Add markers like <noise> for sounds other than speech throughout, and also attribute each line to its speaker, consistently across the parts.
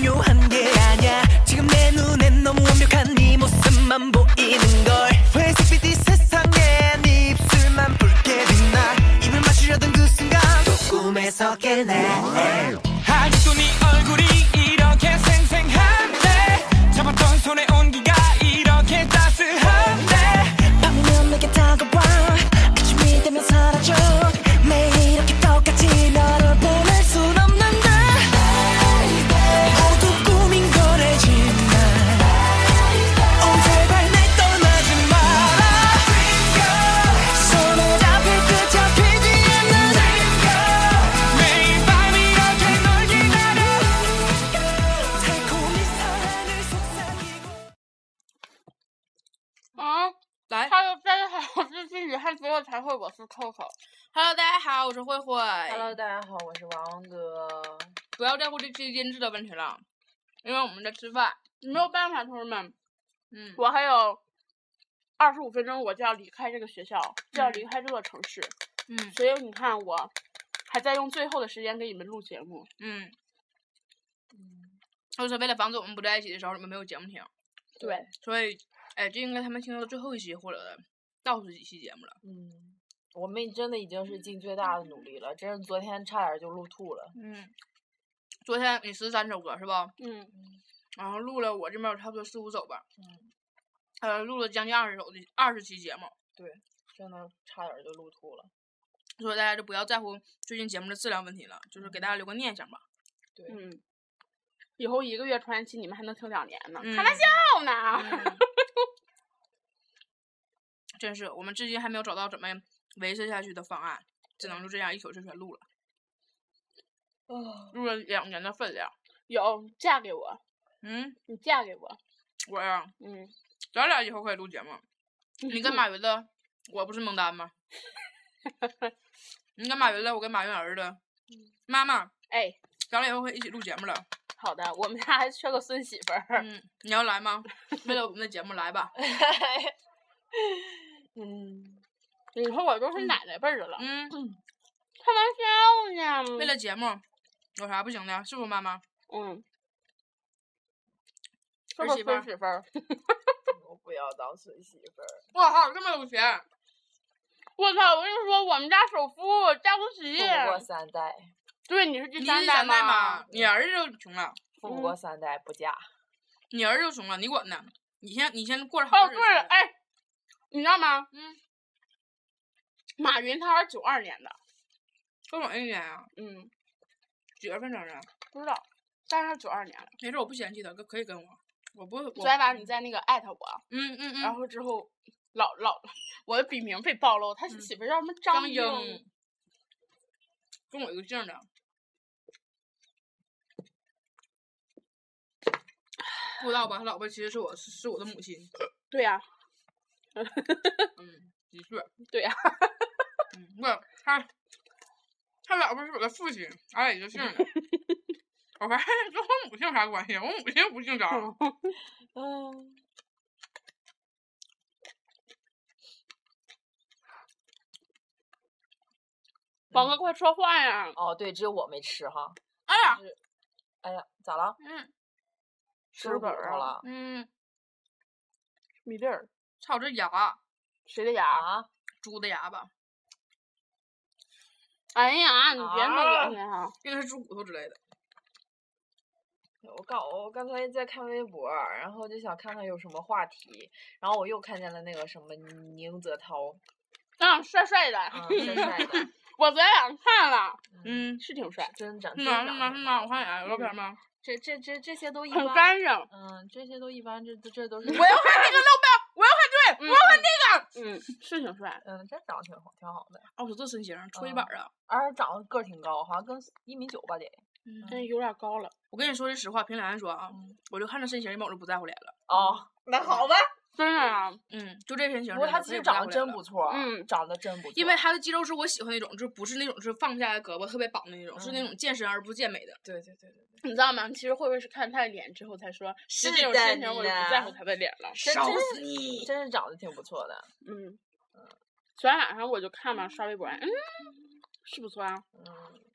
Speaker 1: 필요한 게 아냐 지금 내 눈엔 너무 완벽한 네 모습만 보이는걸 회색빛 이 세상에 네 입술만 붉게 빛나 입을 마주려던 그 순간 또 꿈에서 깨네
Speaker 2: 아직도 네 얼굴이 이렇게 생생한데 잡았던 손의 온기가 이렇게 따스한데
Speaker 3: 밤이면 내게 다가와 그쯤이 되면 사라져 매일 이렇게 똑같이 너를 보낼 순 없는데 어두 꿈인 거래지만 오 제발 날 떠나지 마라 손에 잡힐 듯 잡히지 않는
Speaker 2: 매일 밤 이렇게 널 기다려
Speaker 3: 달콤히 사랑을 속삭이고
Speaker 4: 嗯，
Speaker 5: 来
Speaker 4: ，Hello，大家好， <laughs> 这是女汉子我才会，我是 Coco。
Speaker 5: ，Hello，大家好，我是慧慧。
Speaker 4: 哎
Speaker 6: Hello，大家好，我是王哥。
Speaker 5: 不要在乎这期音质的问题了，因为我们在吃饭。
Speaker 4: 没有办法，同志们，
Speaker 5: 嗯，
Speaker 4: 我还有二十五分钟我就要离开这个学校，就要离开这座城市，
Speaker 5: 嗯
Speaker 4: 所以你看我还在用最后的时间给你们录节目。
Speaker 5: 嗯，就是为了防止我们不在一起的时候你们没有节目听，
Speaker 4: 对，
Speaker 5: 所以，哎，这应该他们听到的最后一期或者倒数几期节目了。
Speaker 6: 嗯，我们真的已经是尽最大的努力了，真是昨天差点就录吐了。
Speaker 5: 嗯，昨天你十三首歌是吧？
Speaker 4: 嗯，
Speaker 5: 然后录了我这边有差不多四五首吧。呃，录了将近二十首的二十期节目，
Speaker 6: 真的差点就录吐了。
Speaker 5: 所以大家就不要在乎最近节目的质量问题了，就是给大家留个念想吧。
Speaker 4: 嗯，以后一个月传一期，你们还能听两年呢，
Speaker 5: 嗯
Speaker 4: 开玩笑呢。
Speaker 5: 嗯真是，我们至今还没有找到怎么维持下去的方案，只能就这样一口气全录了，
Speaker 6: 啊，
Speaker 5: 录了两年的分量。
Speaker 4: <laughs> 有嫁给我，
Speaker 5: 嗯，
Speaker 4: 你嫁给我。
Speaker 5: 我呀，
Speaker 4: 嗯，
Speaker 5: 咱俩以后可以录节目。你跟马云的，我不是蒙丹吗？ <laughs> 你跟马云的，我跟马云儿子。妈妈，
Speaker 4: <laughs> 哎，
Speaker 5: 咱俩以后可以一起录节目了。
Speaker 4: 好的，我们家还缺个孙媳妇儿。
Speaker 5: 嗯，你要来吗？ <laughs> 为了我们的节目来吧。
Speaker 4: <laughs>
Speaker 6: 嗯，
Speaker 4: 以后我都是奶奶辈儿的了，
Speaker 5: 嗯， <laughs>
Speaker 4: 开玩笑呢。
Speaker 5: 为了节目，有啥不行的？是不是妈妈？
Speaker 4: 嗯，
Speaker 5: 儿媳
Speaker 4: 是不是
Speaker 5: 妇儿
Speaker 4: 孙媳妇儿？
Speaker 6: 我不要当孙媳妇儿。
Speaker 5: 我靠，这么有钱！
Speaker 4: 我操！我跟你说，我们家首富嫁不起
Speaker 6: 富。不过三代，
Speaker 4: 对，你是第
Speaker 5: 你
Speaker 4: 三
Speaker 5: 是三代
Speaker 4: 吗
Speaker 5: 嘛？？你儿子就穷了，
Speaker 6: 富不过
Speaker 4: 嗯
Speaker 6: 三代不嫁。
Speaker 5: 你儿子就穷了，你管呢？你先你先过着好
Speaker 4: 哦，
Speaker 5: 日
Speaker 4: 对
Speaker 5: 子。
Speaker 4: 了，哎，你知道吗？
Speaker 5: 嗯，
Speaker 4: 马云他是九二年的，
Speaker 5: 跟我一年啊，
Speaker 4: 嗯，
Speaker 5: 几月份生日？啊
Speaker 4: 不知道，但是他九二年了。
Speaker 5: 没事，我不嫌弃他，可可以跟我。我不，我
Speaker 4: 昨天晚上你在那个艾特我，
Speaker 5: 嗯嗯嗯，
Speaker 4: 然后之后老老我的笔名被暴露，他
Speaker 5: 嗯
Speaker 4: 媳妇儿叫什么
Speaker 5: 张
Speaker 4: 英？
Speaker 5: 英，跟我一个姓儿的。不知道吧？他老婆其实是我是是我的母亲，
Speaker 4: 对呀、
Speaker 5: 嗯，的确，
Speaker 4: 对呀、
Speaker 5: 嗯，不是他，他老婆是我的父亲，俺俩一个姓儿的。我发现跟我母亲有啥关系？我母亲不姓张，
Speaker 6: 嗯，
Speaker 4: 王哥快说话呀！
Speaker 6: 哦，对，只有我没吃哈。
Speaker 5: 哎呀，
Speaker 6: 哎呀，咋了？
Speaker 5: 嗯
Speaker 6: 吃
Speaker 4: 石
Speaker 6: 骨头
Speaker 4: 本儿啊
Speaker 6: 了
Speaker 5: 嗯，
Speaker 4: 米粒儿，
Speaker 5: 操这牙，
Speaker 4: 谁的牙？
Speaker 6: 啊？
Speaker 5: 猪的牙吧？
Speaker 4: 哎呀，你别那么
Speaker 6: 啊
Speaker 4: 恶心啊！
Speaker 5: 应该是猪骨头之类的。
Speaker 6: 我刚我刚才在看微博儿，然后就想看看有什么话题，然后我又看见了那个什么宁泽涛，
Speaker 4: 啊，帅帅的，
Speaker 6: 啊，
Speaker 4: <laughs>
Speaker 6: 帅帅的，
Speaker 4: 我昨天晚上看了，
Speaker 5: 嗯，
Speaker 4: 是挺帅，
Speaker 6: 真长
Speaker 5: 是
Speaker 6: 真
Speaker 5: 吗？
Speaker 6: 长
Speaker 5: 是
Speaker 6: 得
Speaker 5: 吗？是嗯吗？我
Speaker 6: 好
Speaker 5: 看一眼，啊有照片吗？
Speaker 6: 这这这这些都一
Speaker 4: 很
Speaker 6: 般，
Speaker 4: 干净。
Speaker 6: 嗯，这些都一般，这这
Speaker 5: <laughs>
Speaker 6: 这都是
Speaker 5: 我要看那个露背，我要看对，我要看
Speaker 4: 嗯，是挺帅。
Speaker 6: 嗯，这长得挺好，挺好的，
Speaker 5: 哦，我说这身形儿搓衣板儿啊！
Speaker 6: 而且长得个儿挺高，好像跟一米九吧得。
Speaker 4: 嗯，有点高了。
Speaker 5: 我跟你说句实话，凭良心说啊
Speaker 6: 嗯，
Speaker 5: 我就看这身形儿，一般我就不在乎脸了。
Speaker 6: 哦，那好吧。
Speaker 4: 真的啊，
Speaker 5: 嗯，就这身形儿真的。
Speaker 6: 不过他其
Speaker 5: 我也
Speaker 6: 实
Speaker 5: 在
Speaker 6: 长
Speaker 5: 乎
Speaker 6: 得
Speaker 5: 脸
Speaker 6: 真
Speaker 5: 了
Speaker 6: 不错，
Speaker 4: 嗯
Speaker 6: 长得真不错。
Speaker 5: 因为他的肌肉是我喜欢那种，就不是那种是放不下来胳膊特别绑的那种，是那
Speaker 6: 嗯
Speaker 5: 种健身而不健美的。
Speaker 6: 对对对对对，
Speaker 4: 你知道吗？其实慧慧是看他的脸之后才说，就是这种
Speaker 6: 的
Speaker 4: 身形我就不在乎他的脸了。
Speaker 6: 真
Speaker 5: 少
Speaker 6: 真
Speaker 5: 死你
Speaker 6: 真是长得挺不错的。
Speaker 4: 嗯，昨天晚上我就看嘛，刷微博，嗯，是不错啊。
Speaker 6: 嗯，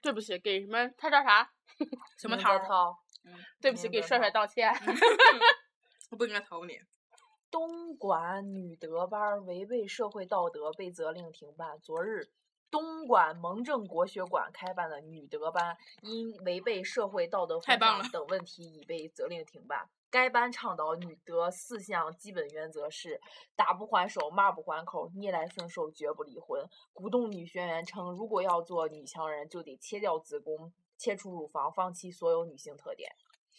Speaker 4: 对不起，给什么他叫啥？
Speaker 5: 什么
Speaker 6: 宁
Speaker 5: 桃
Speaker 6: 泽
Speaker 5: 儿？
Speaker 6: 涛？
Speaker 4: 对不起，
Speaker 6: 嗯
Speaker 4: 给
Speaker 6: 人
Speaker 4: 帅帅
Speaker 6: 好
Speaker 4: 道歉。
Speaker 5: 我不应该投
Speaker 6: 啊
Speaker 5: 你。
Speaker 6: 东莞女德班儿违背社会道德被责令停办。昨日，东莞蒙正国学馆开办的女德班因违背社会道德
Speaker 5: 太
Speaker 6: 风
Speaker 5: 棒
Speaker 6: 尚
Speaker 5: 了
Speaker 6: 等问题已被责令停办。该班倡导女德四项基本原则是：打不还手，骂不还口，逆来顺受，绝不离婚。鼓动女学员称，如果要做女强人，就得切掉子宫，切除乳房，放弃所有女性特点。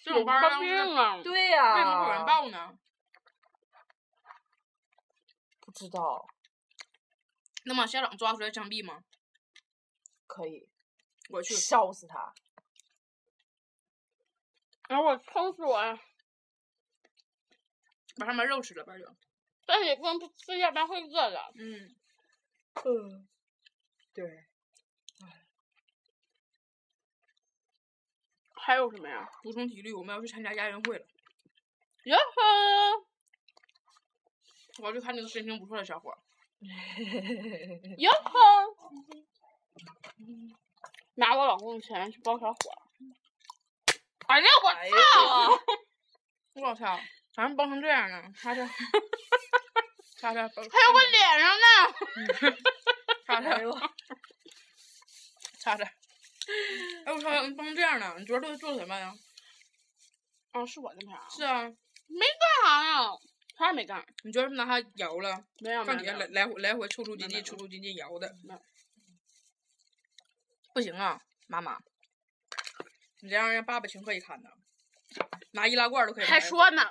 Speaker 5: 这种班儿
Speaker 4: 有
Speaker 5: 当时
Speaker 4: 病
Speaker 5: <laughs> 为
Speaker 4: 啊！
Speaker 6: 对呀、
Speaker 5: 什么会有人报呢？
Speaker 6: 不知道，
Speaker 5: 能把校长抓出来枪毙吗？
Speaker 6: 可以
Speaker 5: 我 <laughs> 去，
Speaker 6: 烧死他。
Speaker 4: 然后我撑死我呀！
Speaker 5: 把上面肉吃了
Speaker 6: <laughs>
Speaker 5: 吧就。
Speaker 4: 但是也不能不吃下班会饿的。
Speaker 5: 嗯，
Speaker 6: 嗯，对，
Speaker 4: 还有什么呀？
Speaker 5: 补充体力，我们要去参加亚运会了。
Speaker 4: 哟呵，
Speaker 5: 我要去看那个身形不错的小伙
Speaker 4: <laughs>
Speaker 5: 儿。
Speaker 4: 哟呵，拿我老公的钱去包小伙儿。哎呀，我
Speaker 6: 哎呀
Speaker 4: 操！
Speaker 5: 我操，咋能崩成这样呢？擦
Speaker 6: <laughs>
Speaker 5: 擦，擦擦，还
Speaker 4: 还有我脸上呢。
Speaker 5: 擦擦
Speaker 6: 哎，呦，
Speaker 5: 擦擦。哎，我操，你崩成这样呢？你昨儿都做什么呀？
Speaker 4: 啊，是我那啥，
Speaker 5: 是啊，
Speaker 4: 干啥呀？啥也没干，
Speaker 5: 你昨儿拿它摇了，
Speaker 4: 没有没
Speaker 5: 放
Speaker 4: 有
Speaker 5: 底
Speaker 4: 没
Speaker 5: 下
Speaker 4: 有
Speaker 5: 来。来回来回抽抽筋
Speaker 4: 没
Speaker 5: 筋
Speaker 4: 有
Speaker 5: 抽抽筋筋摇的
Speaker 4: 没有。
Speaker 5: 嗯不行啊，妈妈，你这样让爸爸情何以堪呐？拿易拉罐儿都可以拿呀。
Speaker 4: 还说呢，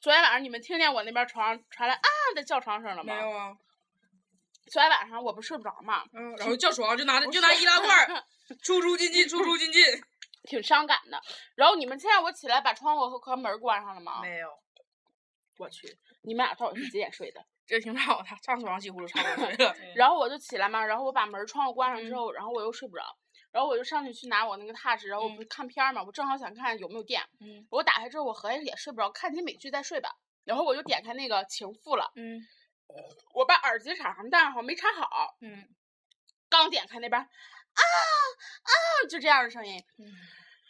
Speaker 4: 昨天晚上你们听见我那边床上传来啊的叫床声了吗
Speaker 5: 没？有啊？
Speaker 4: 昨天晚上我不睡不着嘛，
Speaker 5: 嗯，然后叫床就拿
Speaker 4: 不
Speaker 5: 就拿
Speaker 4: 是
Speaker 5: 易拉罐 <laughs> 儿抽抽筋筋抽抽筋筋。
Speaker 4: 挺伤感的。然后你们听见我起来把窗户和和门关上了吗？
Speaker 6: 没有，
Speaker 4: 我去，你们俩到底是几点睡的？
Speaker 5: 这挺好的，上床几乎就差不多 <laughs> 睡了。
Speaker 4: 然后我就起来嘛，然后我把门窗户关上
Speaker 5: 嗯
Speaker 4: 之后，然后我又睡不着，然后我就上去去拿我那个踏实，然后我不是看片儿嘛，我正好想看有没有电，
Speaker 5: 嗯
Speaker 4: 我打开之后我合计也睡不着，看集美剧再睡吧。然后我就点开那个情妇了，
Speaker 5: 嗯
Speaker 4: 我把耳机插上，但是好像没插好，
Speaker 5: 嗯，
Speaker 4: 刚点开那边啊啊，就这样的声音，
Speaker 5: 嗯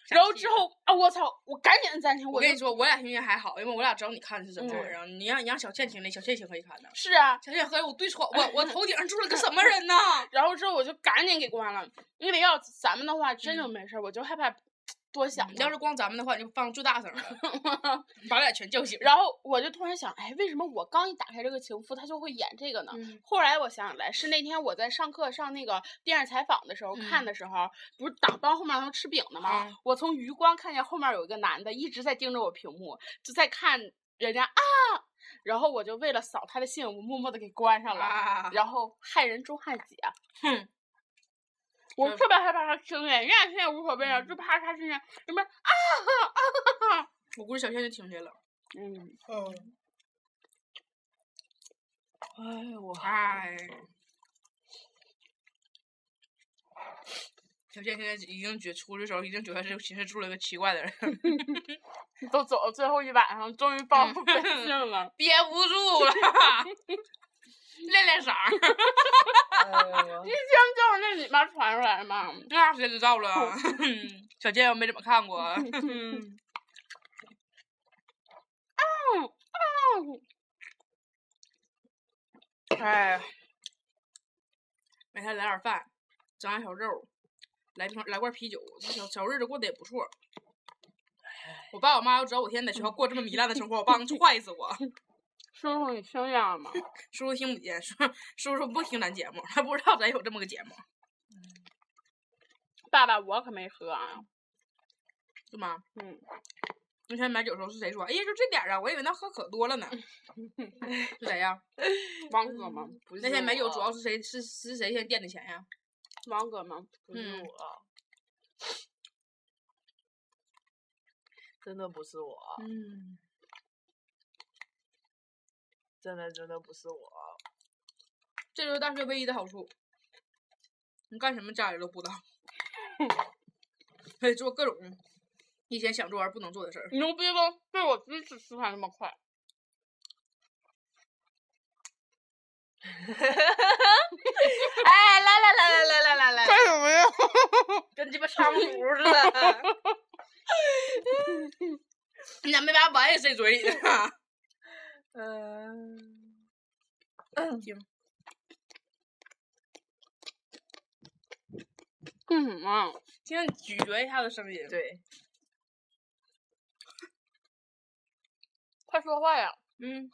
Speaker 5: 傻
Speaker 4: 然后
Speaker 5: 气
Speaker 4: 之
Speaker 5: 了
Speaker 4: 后啊，我操，我赶紧按暂停，
Speaker 5: 我
Speaker 4: 就
Speaker 5: 跟你说，我俩听见还好，因为我俩知道你看的是怎么回
Speaker 4: 嗯
Speaker 5: 事儿。你让你让小倩听的，小倩情何以堪呢？
Speaker 4: 是啊，
Speaker 5: 小倩和哎我对床，我我头顶上住了个什么 <laughs> 人呢？
Speaker 4: 然后之后我就赶紧给关了，因为要咱们的话真就没事儿，我就害怕多想嘛。
Speaker 5: 嗯你要是光咱们的话，你就放最大声了，
Speaker 4: <laughs>
Speaker 5: 把我俩全叫醒。
Speaker 4: 然后我就突然想，哎，为什么我刚一打开这个情妇，他就会演这个呢？
Speaker 5: 嗯
Speaker 4: 后来我想起来，是那天我在上课上那个电视采访的时候、看
Speaker 5: 嗯
Speaker 4: 的时候，不是挡帮后面他们吃饼的吗？
Speaker 5: 嗯
Speaker 4: 我从余光看见后面有一个男的一直在盯着我屏幕，就在看人家啊，然后我就为了扫他的兴，我默默的给关上了，
Speaker 5: 啊，
Speaker 4: 然后害人终害己啊！
Speaker 5: 哼，
Speaker 4: 我
Speaker 5: 嗯
Speaker 4: 特别害怕他听见，人家听见无所谓啊了，就怕他听见什么啊啊啊！
Speaker 5: 我估计小倩就听见了。
Speaker 4: 嗯，
Speaker 6: 哎呦我，
Speaker 5: 哎，小倩现在已经觉出去的时候，已经觉得这其实住了个奇怪的人，
Speaker 4: 都走到最后一晚上，终于
Speaker 5: 嗯
Speaker 4: 暴露本性了。
Speaker 5: <laughs> 憋不住了，练练嗓儿，
Speaker 6: 哎呦我
Speaker 4: 你听就是那里面传出来的嘛。
Speaker 5: 那谁知道了？ <laughs> 小倩又没怎么看过。哎，每天来点饭，整点小肉，来瓶来罐啤酒，这小小日子过得也不错。我爸我妈要知道我天天在学校过这么糜烂的生活，我爸 <laughs> 能踹死我。
Speaker 4: 叔叔，你听见了吗？
Speaker 5: 叔叔听不见，叔叔叔不听咱节目，他不知道咱有这么个节目，
Speaker 4: 爸爸，我可没喝啊。
Speaker 5: 对吗？
Speaker 4: 嗯，
Speaker 5: 那天买酒的时候是谁说？哎呀，就这点儿啊，我以为他喝可多了 <laughs> 呢。是谁呀？
Speaker 4: 王哥吗？
Speaker 6: 不
Speaker 5: 嗯那
Speaker 6: 是
Speaker 5: 天买酒
Speaker 6: 我
Speaker 5: 主要是谁是是谁先垫的钱呀？
Speaker 4: 王哥吗？
Speaker 6: 不是
Speaker 5: 嗯
Speaker 6: 我， <laughs> 真的不是我，
Speaker 5: 嗯，
Speaker 6: 真的真的不是我，
Speaker 5: 这就是大学唯一的好处。你干什么家人都不知道，可以 <laughs> 做各种以前想做而不能做的事儿。
Speaker 4: 牛逼不？被我第一次吃饭那么快。
Speaker 6: 哎，来来来来来来来来，
Speaker 4: 什么呀？
Speaker 6: 跟鸡巴仓鼠似的。
Speaker 5: 你咋没把碗也塞嘴里呢？
Speaker 6: 嗯，
Speaker 4: 干什么？
Speaker 5: <laughs> 听你咀嚼一下的声音。
Speaker 6: 对，
Speaker 4: 快说话呀！
Speaker 5: 嗯，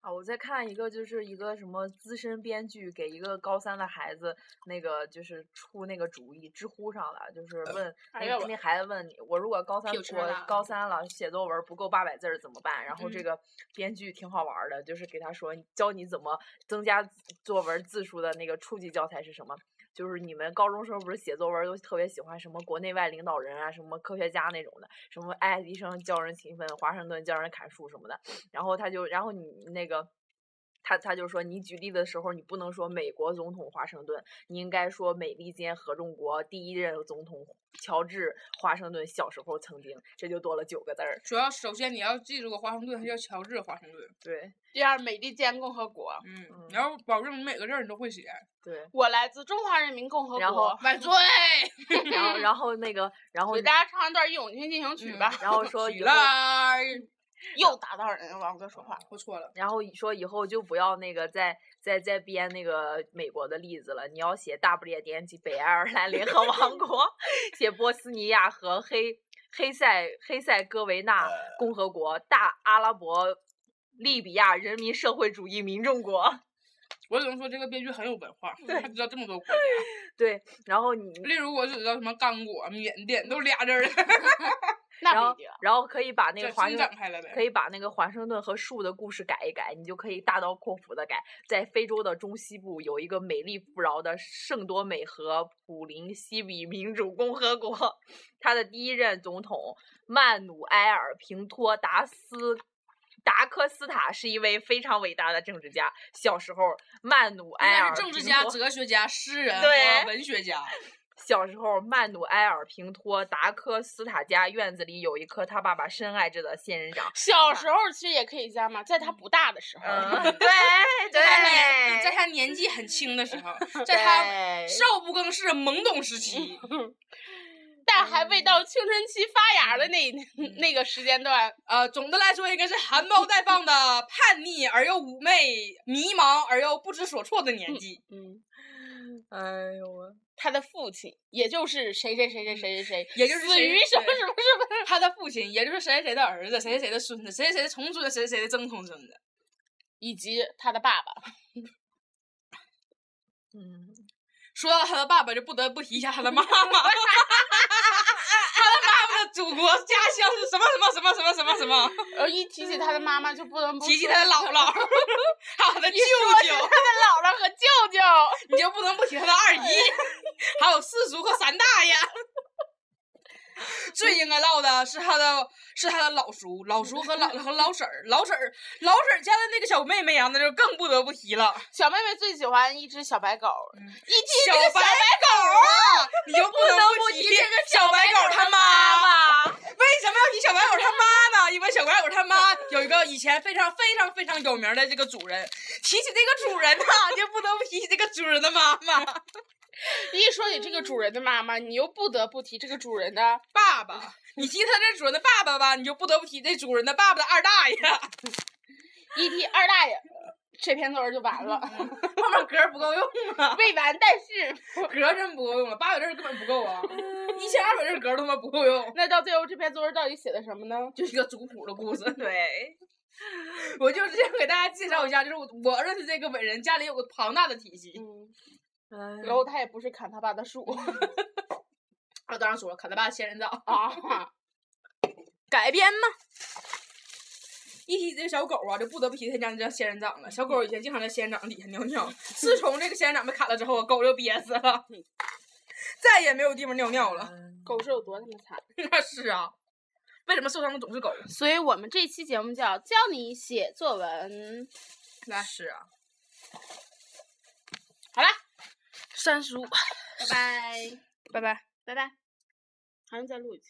Speaker 6: 啊，我在看一个，就是一个什么资深编剧给一个高三的孩子，那个就是出那个主意，知乎上了，就是问
Speaker 4: 哎
Speaker 6: 那
Speaker 4: 呀
Speaker 6: 个
Speaker 4: 我
Speaker 6: 那孩子问你，我如果高三
Speaker 5: 有吃
Speaker 6: 我
Speaker 5: 辣
Speaker 6: 高三了写作文不够八百字儿怎么办？然后
Speaker 4: 嗯
Speaker 6: 这个编剧挺好玩儿的，就是给他说教你怎么增加作文字数的那个初级教材是什么。就是你们高中生不是写作文都特别喜欢什么国内外领导人啊，什么科学家那种的，什么爱迪生教人勤奋，华盛顿教人砍树什么的。然后他就，然后你那个。他他就说，你举例的时候，你不能说美国总统华盛顿，你应该说美利坚合众国第一任总统乔治华盛顿小时候曾经，这就多了九个字儿。
Speaker 5: 主要首先你要记住个华盛顿，他叫乔治华盛顿。
Speaker 6: 对
Speaker 4: 第二，美利坚共和国，
Speaker 5: 嗯，
Speaker 6: 嗯
Speaker 5: 你要保证你每个字儿你都会写。
Speaker 6: 对，
Speaker 4: 我来自中华人民共和国。
Speaker 6: 然后
Speaker 5: 万岁！
Speaker 6: 然后然后那个，然后
Speaker 4: 给大家唱一段《咏春进行
Speaker 5: 嗯
Speaker 4: 曲》吧。
Speaker 6: 然后说以
Speaker 5: 起
Speaker 6: 后
Speaker 5: 来，
Speaker 4: 又打到人了，王哥说话。
Speaker 5: 我错了。
Speaker 6: 然后说以后就不要那个再再再编那个美国的例子了，你要写大不列颠及北爱尔兰联合王国， <laughs> 写波斯尼亚和黑黑塞黑塞哥维那共和国、大阿拉伯利比亚人民社会主义民众国。 <laughs>
Speaker 5: 我只能说这个编剧很有文化，他知道这么 <laughs> 多国家。
Speaker 6: 对，然后你
Speaker 5: 例如我只知道什么刚果、缅甸，都俩字儿的。
Speaker 4: 那
Speaker 6: 然
Speaker 4: 不
Speaker 6: 后
Speaker 4: 一定。
Speaker 6: 然后可以把那个
Speaker 5: 这
Speaker 6: 华
Speaker 5: 新
Speaker 6: 盛
Speaker 5: 展开了呗。
Speaker 6: 可以把那个华盛顿和树的故事改一改，你就可以大刀阔斧的改。在非洲的中西部有一个美丽富饶的圣多美和普林西比民主共和国，它的第一任总统曼努埃尔·平托达斯。达科斯塔是一位非常伟大的政治家。小时候，曼努埃
Speaker 5: 应该
Speaker 6: 尔
Speaker 5: 是政治
Speaker 6: 平
Speaker 5: 家、
Speaker 6: 托
Speaker 5: 哲学家、诗人
Speaker 6: 对
Speaker 5: 和文学家。
Speaker 6: 小时候，曼努埃尔·平托达科斯塔家院子里有一棵他爸爸深爱着的仙人掌。
Speaker 4: 小时候其实也可以加嘛，在他不大的时候，
Speaker 6: 嗯， <laughs> 对 <laughs> 对，
Speaker 5: 在他年，在他年纪很轻的时
Speaker 6: <laughs>
Speaker 5: 候，在他
Speaker 6: 对
Speaker 5: 少不更事、懵懂时期，嗯
Speaker 4: 但还未到青春期发芽的那一 <laughs> 那个时间段，
Speaker 5: 呃，总的来说应该是含苞待放的叛逆而又妩媚、迷茫而又不知所措的年纪。
Speaker 4: 嗯，
Speaker 6: 哎呦我，
Speaker 4: 他的父亲，也就是谁谁谁谁谁谁
Speaker 6: 嗯
Speaker 4: 谁，
Speaker 5: 嗯也就是
Speaker 4: 死
Speaker 5: 谁
Speaker 4: 于什么
Speaker 5: 对
Speaker 4: 什么什么，
Speaker 5: 他的父亲，也就是谁谁谁的儿子，谁谁谁的孙子，谁谁谁的重孙，谁谁谁的曾重孙子。
Speaker 4: 以及他的爸爸。
Speaker 6: 嗯，
Speaker 5: 说到他的爸爸，就不得不提一下他的妈妈。 <laughs> 他的妈妈的祖国家乡是什么什么什么什么什么什 <laughs> 么？
Speaker 4: 然后一提起他的妈妈，就不能不
Speaker 5: 提起
Speaker 4: 说
Speaker 5: 他的姥 <laughs> 姥，还有他的舅
Speaker 4: 说是
Speaker 5: 舅
Speaker 4: <laughs> 他。的姥姥和舅舅。
Speaker 5: 你就不能不提他的二 <laughs> 姨，还有四叔和三大 <laughs> 爷。最应该唠的是他的，是他的老叔、老叔 <laughs> 和老和老婶儿、老婶儿、老婶儿家的那个小妹妹啊呀，那就更不得不提了。
Speaker 4: 小妹妹最喜欢一只小白狗，
Speaker 5: 嗯
Speaker 4: 一提这
Speaker 5: 小
Speaker 4: 个
Speaker 5: 白
Speaker 4: 小白
Speaker 5: 狗啊，你就不
Speaker 6: 不
Speaker 5: 能
Speaker 6: 能不
Speaker 5: 提
Speaker 6: 提这个
Speaker 5: 小白狗他妈。
Speaker 6: 妈妈，
Speaker 5: 为什么要提小白狗他妈呢？因为小白狗他妈有一个以前非常非常非常有名的这个主人。提起这个主人呢，你就不得不提起这个主人的妈妈、
Speaker 4: 一说起这个主人的妈妈，你又不得不提这个主人的
Speaker 5: 爸爸。你提他这主人的爸爸吧，你就不得不提这主人的爸爸的二大爷。
Speaker 4: 一提 E 二大爷，这篇作文就
Speaker 5: <laughs>
Speaker 4: 完了，
Speaker 5: 后面格儿不够用啊，
Speaker 4: <laughs> 未完
Speaker 5: <laughs>
Speaker 4: 待续。嗯
Speaker 5: 格儿真不够用了，八百字儿根本不够啊，一千二百字儿格儿他妈不够用。
Speaker 4: 那到最后这篇作文到底写的什么呢？
Speaker 5: 就是一个族谱的故
Speaker 4: <laughs>
Speaker 5: 事，
Speaker 6: 对，
Speaker 5: 我就是想给大家介绍一下，就是我我认识这个伟人，家里有个庞大的体系。
Speaker 4: 嗯，
Speaker 6: 哎
Speaker 4: 然后他也不是砍他爸的树
Speaker 5: 啊，当然说了，砍他爸仙人掌，
Speaker 4: 啊， <laughs>
Speaker 5: 改编嘛。一提这个小狗啊，就不得不提他家那叫仙人掌了。小狗以前经常在仙人掌底下尿尿，自从这个仙人掌被砍了之后啊，狗就憋死了，再也没有地方尿尿了。
Speaker 4: 嗯狗是有多他妈惨？
Speaker 5: 那 <laughs> 是啊，为什么受伤的总是狗？
Speaker 4: 所以我们这期节目叫教你写作文。
Speaker 5: 那是啊。
Speaker 4: 好了，三十五，
Speaker 5: 拜拜，拜拜。
Speaker 4: 拜拜，还能再录一期。